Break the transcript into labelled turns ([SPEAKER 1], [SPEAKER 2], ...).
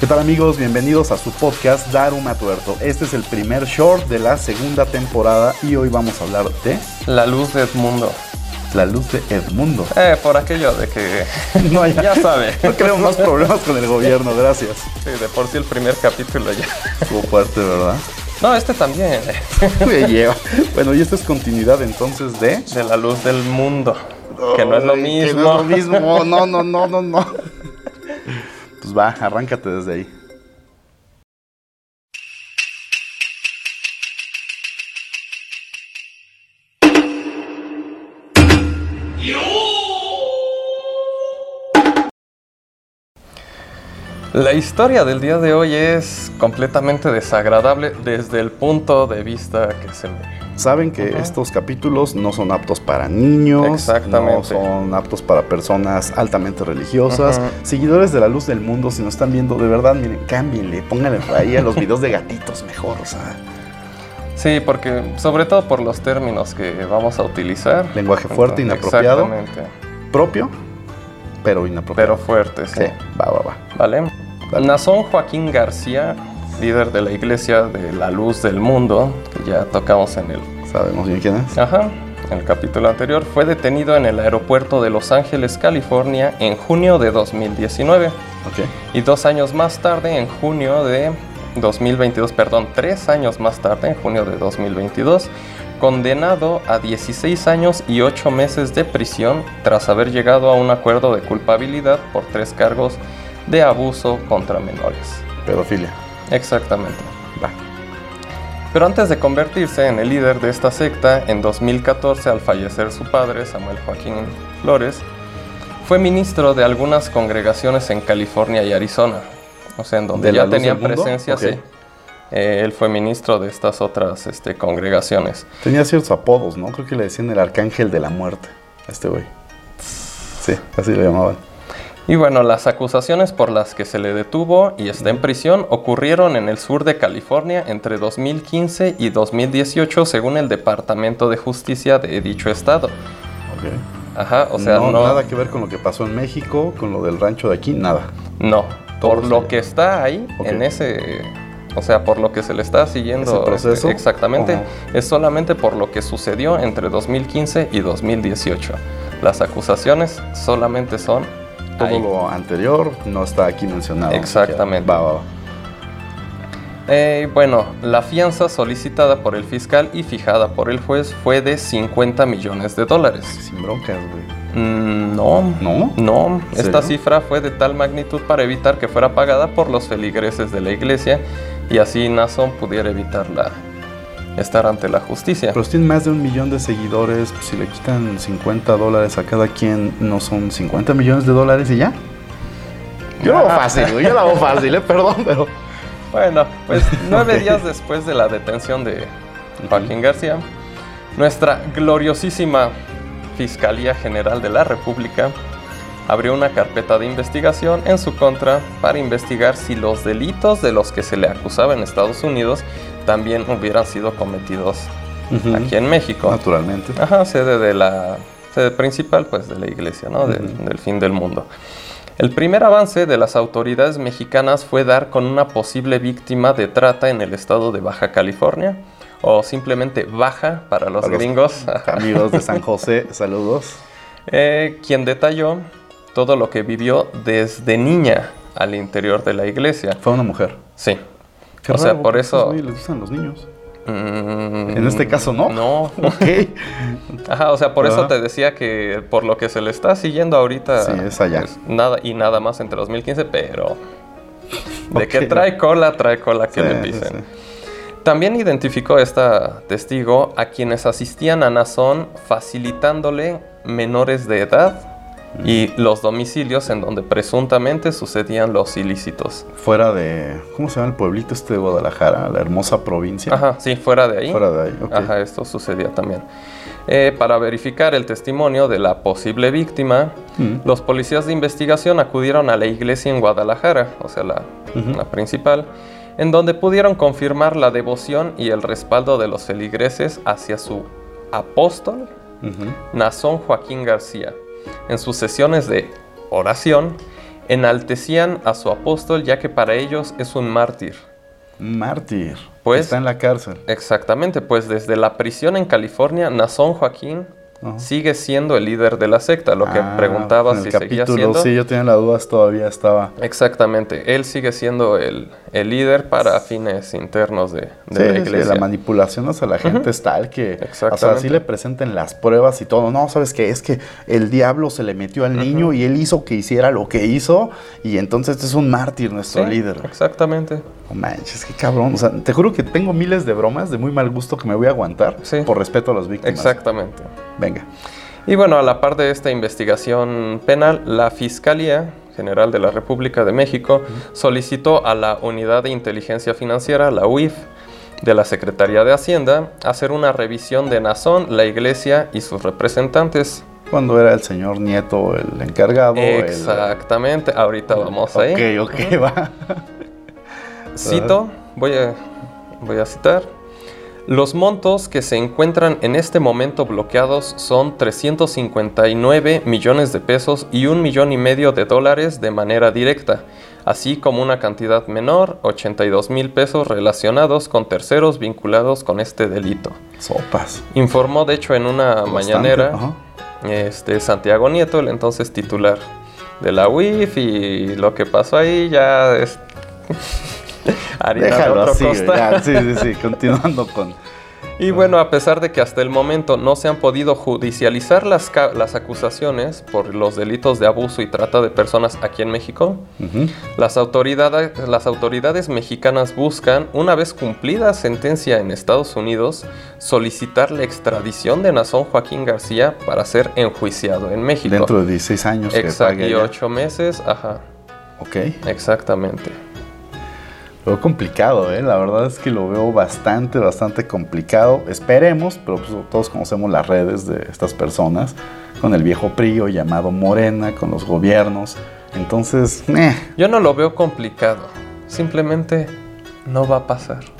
[SPEAKER 1] ¿Qué tal amigos? Bienvenidos a su podcast Daruma Tuerto. Este es el primer short de la segunda temporada y hoy vamos a hablar de
[SPEAKER 2] La luz de Edmundo.
[SPEAKER 1] la luz de Edmundo.
[SPEAKER 2] Eh, por aquello de que
[SPEAKER 1] No hay-
[SPEAKER 2] ya sabe.
[SPEAKER 1] No queremos más problemas con el gobierno, gracias.
[SPEAKER 2] Sí, de por sí el primer capítulo ya.
[SPEAKER 1] Estuvo fuerte, ¿verdad?
[SPEAKER 2] No, este también.
[SPEAKER 1] Me lleva. Bueno, y esta es continuidad entonces de...
[SPEAKER 2] De la luz del mundo. Que no es lo
[SPEAKER 1] Ay,
[SPEAKER 2] mismo.
[SPEAKER 1] Que no es lo mismo. No, no, no, no, no. Pues va, arráncate desde ahí.
[SPEAKER 2] La historia del día de hoy es completamente desagradable desde el punto de vista que se ve.
[SPEAKER 1] Saben que
[SPEAKER 2] Ajá.
[SPEAKER 1] estos capítulos no son aptos para niños,
[SPEAKER 2] Exactamente.
[SPEAKER 1] no son aptos para personas altamente religiosas.
[SPEAKER 2] Ajá.
[SPEAKER 1] Seguidores de la luz del mundo, si nos están viendo, de verdad, miren, cámbienle, pónganle por ahí a los videos de gatitos mejor, o sea,
[SPEAKER 2] Sí, porque sobre todo por los términos que vamos a utilizar.
[SPEAKER 1] Lenguaje fuerte, inapropiado.
[SPEAKER 2] Exactamente.
[SPEAKER 1] propio, pero inapropiado.
[SPEAKER 2] Pero fuerte, sí.
[SPEAKER 1] sí, va, va, va.
[SPEAKER 2] ¿Vale?
[SPEAKER 1] Dale.
[SPEAKER 2] Nazón Joaquín García, líder de la Iglesia de la Luz del Mundo, que ya tocamos en el
[SPEAKER 1] Sabemos bien quién es.
[SPEAKER 2] Ajá. En el capítulo anterior fue detenido en el aeropuerto de Los Ángeles, California, en junio de 2019.
[SPEAKER 1] Ok.
[SPEAKER 2] Y dos años más tarde, en junio de 2022, perdón, tres años más tarde, en junio de 2022, condenado a 16 años y 8 meses de prisión tras haber llegado a un acuerdo de culpabilidad por tres cargos de abuso contra menores.
[SPEAKER 1] Pedofilia.
[SPEAKER 2] Exactamente.
[SPEAKER 1] Va.
[SPEAKER 2] Pero antes de convertirse en el líder de esta secta, en 2014, al fallecer su padre, Samuel Joaquín Flores, fue ministro de algunas congregaciones en California y Arizona. O sea, en donde
[SPEAKER 1] ¿De la
[SPEAKER 2] ya
[SPEAKER 1] Luz del
[SPEAKER 2] tenían
[SPEAKER 1] Mundo?
[SPEAKER 2] presencia,
[SPEAKER 1] Ok.
[SPEAKER 2] sí. Eh, él fue ministro de estas otras este, congregaciones.
[SPEAKER 1] Tenía ciertos apodos, ¿no? Creo que le decían el arcángel de la muerte a este güey. Sí, así lo llamaban.
[SPEAKER 2] Y bueno, las acusaciones por las que se le detuvo y está en prisión ocurrieron en el sur de California entre 2015 y 2018, según el Departamento de Justicia de dicho estado.
[SPEAKER 1] Ok.
[SPEAKER 2] Ajá, o sea, no,
[SPEAKER 1] nada que ver con lo que pasó en México, con lo del rancho de aquí, nada.
[SPEAKER 2] No,
[SPEAKER 1] Todo
[SPEAKER 2] por
[SPEAKER 1] está
[SPEAKER 2] lo
[SPEAKER 1] bien.
[SPEAKER 2] que está ahí,
[SPEAKER 1] Ok.
[SPEAKER 2] en ese, o sea, por lo que se le está siguiendo.
[SPEAKER 1] ¿Ese proceso?
[SPEAKER 2] este, exactamente,
[SPEAKER 1] Ajá.
[SPEAKER 2] es solamente por lo que sucedió entre 2015 y 2018. Las acusaciones solamente son
[SPEAKER 1] Todo
[SPEAKER 2] ahí.
[SPEAKER 1] lo anterior no está aquí mencionado. ni siquiera.
[SPEAKER 2] Exactamente.
[SPEAKER 1] Va, va, va.
[SPEAKER 2] Eh, bueno, la fianza solicitada por el fiscal y fijada por el juez fue de 50 millones de dólares.
[SPEAKER 1] Sin broncas, güey.
[SPEAKER 2] Mm, no.
[SPEAKER 1] ¿No?
[SPEAKER 2] No,
[SPEAKER 1] ¿En
[SPEAKER 2] esta
[SPEAKER 1] serio?
[SPEAKER 2] cifra fue de tal magnitud para evitar que fuera pagada por los feligreses de la iglesia y así Nason pudiera evitarla estar ante la justicia.
[SPEAKER 1] Pero si tienen más de un millón de seguidores, pues, si le quitan 50 dólares a cada quien, ¿no son 50 millones de dólares y ya? Yo la hago
[SPEAKER 2] Ah.
[SPEAKER 1] fácil, güey. Yo la hago fácil, eh, perdón, pero...
[SPEAKER 2] Bueno, pues nueve
[SPEAKER 1] Ok.
[SPEAKER 2] días después de la detención de Joaquín García, nuestra gloriosísima Fiscalía General de la República abrió una carpeta de investigación en su contra para investigar si los delitos de los que se le acusaba en Estados Unidos también hubieran sido cometidos
[SPEAKER 1] Ujú.
[SPEAKER 2] aquí en México.
[SPEAKER 1] Naturalmente.
[SPEAKER 2] Ajá, sede de la sede principal pues de la iglesia, ¿no? Del,
[SPEAKER 1] Ujú.
[SPEAKER 2] del fin del mundo. El primer avance de las autoridades mexicanas fue dar con una posible víctima de trata en el estado de Baja California o simplemente Baja para los
[SPEAKER 1] Para los-
[SPEAKER 2] gringos,
[SPEAKER 1] Amigos de San José, saludos.
[SPEAKER 2] eh, quien detalló todo lo que vivió desde niña al interior de la iglesia.
[SPEAKER 1] Fue una mujer.
[SPEAKER 2] Sí.
[SPEAKER 1] Qué
[SPEAKER 2] o sea,
[SPEAKER 1] raro,
[SPEAKER 2] por
[SPEAKER 1] porque a esos
[SPEAKER 2] eso...
[SPEAKER 1] güeyes les gustan los niños.
[SPEAKER 2] mm,
[SPEAKER 1] En este caso, ¿no?
[SPEAKER 2] No.
[SPEAKER 1] Ok.
[SPEAKER 2] Ajá, o sea, por eso
[SPEAKER 1] Ajá.
[SPEAKER 2] te decía que por lo que se le está siguiendo ahorita.
[SPEAKER 1] Sí, es allá.
[SPEAKER 2] pues, nada y nada más entre 2015, pero. De que
[SPEAKER 1] Ok.
[SPEAKER 2] trae cola, trae cola que le
[SPEAKER 1] Sí, sí,
[SPEAKER 2] dicen. También identificó esta testigo a quienes asistían a Nazón facilitándole menores de edad y
[SPEAKER 1] Mm.
[SPEAKER 2] los domicilios en donde presuntamente sucedían los ilícitos.
[SPEAKER 1] sí. Fuera de. ¿Cómo se llama el pueblito este de Guadalajara? La hermosa provincia.
[SPEAKER 2] Ajá, sí, fuera de ahí.
[SPEAKER 1] Fuera de ahí, ok.
[SPEAKER 2] Ajá, esto sucedía también. Eh, para verificar el testimonio de la posible víctima,
[SPEAKER 1] Mm.
[SPEAKER 2] los policías de investigación acudieron a la iglesia en Guadalajara, o sea, la,
[SPEAKER 1] Ujú.
[SPEAKER 2] la principal, en donde pudieron confirmar la devoción y el respaldo de los feligreses hacia su apóstol,
[SPEAKER 1] Ujú.
[SPEAKER 2] Nazón Joaquín García, en sus sesiones de oración enaltecían a su apóstol ya que para ellos es un mártir.
[SPEAKER 1] Mártir.
[SPEAKER 2] Pues-
[SPEAKER 1] está en la cárcel.
[SPEAKER 2] Exactamente, pues desde la prisión en California, Nazón Joaquín
[SPEAKER 1] Ajá.
[SPEAKER 2] sigue siendo el líder de la secta, lo que
[SPEAKER 1] Ah,
[SPEAKER 2] preguntaba
[SPEAKER 1] en el
[SPEAKER 2] si seguía
[SPEAKER 1] capítulo,
[SPEAKER 2] siendo.
[SPEAKER 1] Sí, yo tenía las dudas, todavía estaba.
[SPEAKER 2] Exactamente, él sigue siendo el, el líder para fines internos de, de
[SPEAKER 1] Sí,
[SPEAKER 2] la
[SPEAKER 1] sí, sí,
[SPEAKER 2] iglesia.
[SPEAKER 1] la manipulación hacia la gente es tal que, o sea,
[SPEAKER 2] Exactamente.
[SPEAKER 1] sí le presenten las pruebas y todo. No, ¿sabes qué? Es que el diablo se le metió al niño y él hizo que hiciera lo que hizo y entonces este es un mártir nuestro
[SPEAKER 2] Sí,
[SPEAKER 1] líder.
[SPEAKER 2] Exactamente.
[SPEAKER 1] No manches, qué cabrón. O sea, te juro que tengo miles de bromas de muy mal gusto que me voy a aguantar
[SPEAKER 2] Sí.
[SPEAKER 1] por respeto a las víctimas.
[SPEAKER 2] Exactamente.
[SPEAKER 1] Venga.
[SPEAKER 2] Y bueno, a la par de esta investigación penal, la Fiscalía General de la República de México solicitó a la Unidad de Inteligencia Financiera, la UIF, de la Secretaría de Hacienda, hacer una revisión de Nazón, la Iglesia y sus representantes.
[SPEAKER 1] Cuando era el señor Nieto el encargado. el-
[SPEAKER 2] Exactamente, ahorita vamos ¿eh? ahí.
[SPEAKER 1] Ok, ok, va.
[SPEAKER 2] Cito, voy a, voy a citar. Los montos que se encuentran en este momento bloqueados son 359 millones de pesos y un millón y medio de dólares de manera directa, así como una cantidad menor, 82 mil pesos relacionados con terceros vinculados con este delito.
[SPEAKER 1] Sopas.
[SPEAKER 2] Informó, de hecho, en una
[SPEAKER 1] Bastante,
[SPEAKER 2] mañanera
[SPEAKER 1] ajá.
[SPEAKER 2] este, Santiago Nieto, el entonces titular de la UIF, y lo que pasó ahí ya es. harina de
[SPEAKER 1] Déjalo
[SPEAKER 2] otro
[SPEAKER 1] así, güey,
[SPEAKER 2] costal.
[SPEAKER 1] ya, Sí, sí, sí. Continuando con.
[SPEAKER 2] Y bueno, a pesar de que hasta el momento no se han podido judicializar las, ca- las acusaciones por los delitos de abuso y trata de personas aquí en México,
[SPEAKER 1] Ujú.
[SPEAKER 2] las autoridades, las autoridades mexicanas buscan, una vez cumplida sentencia en Estados Unidos, solicitar la extradición de Nazón Joaquín García para ser enjuiciado en México.
[SPEAKER 1] Dentro de 16 años. que
[SPEAKER 2] Exacto,
[SPEAKER 1] pague
[SPEAKER 2] y
[SPEAKER 1] ya.
[SPEAKER 2] ocho meses, ajá,
[SPEAKER 1] Ok.
[SPEAKER 2] exactamente.
[SPEAKER 1] Lo veo complicado, ¿eh? La verdad es que lo veo bastante, bastante complicado. Esperemos, pero pues, todos conocemos las redes de estas personas, con el viejo PRI llamado Morena, con los gobiernos. Entonces, eh,
[SPEAKER 2] Yo no lo veo complicado, simplemente no va a pasar.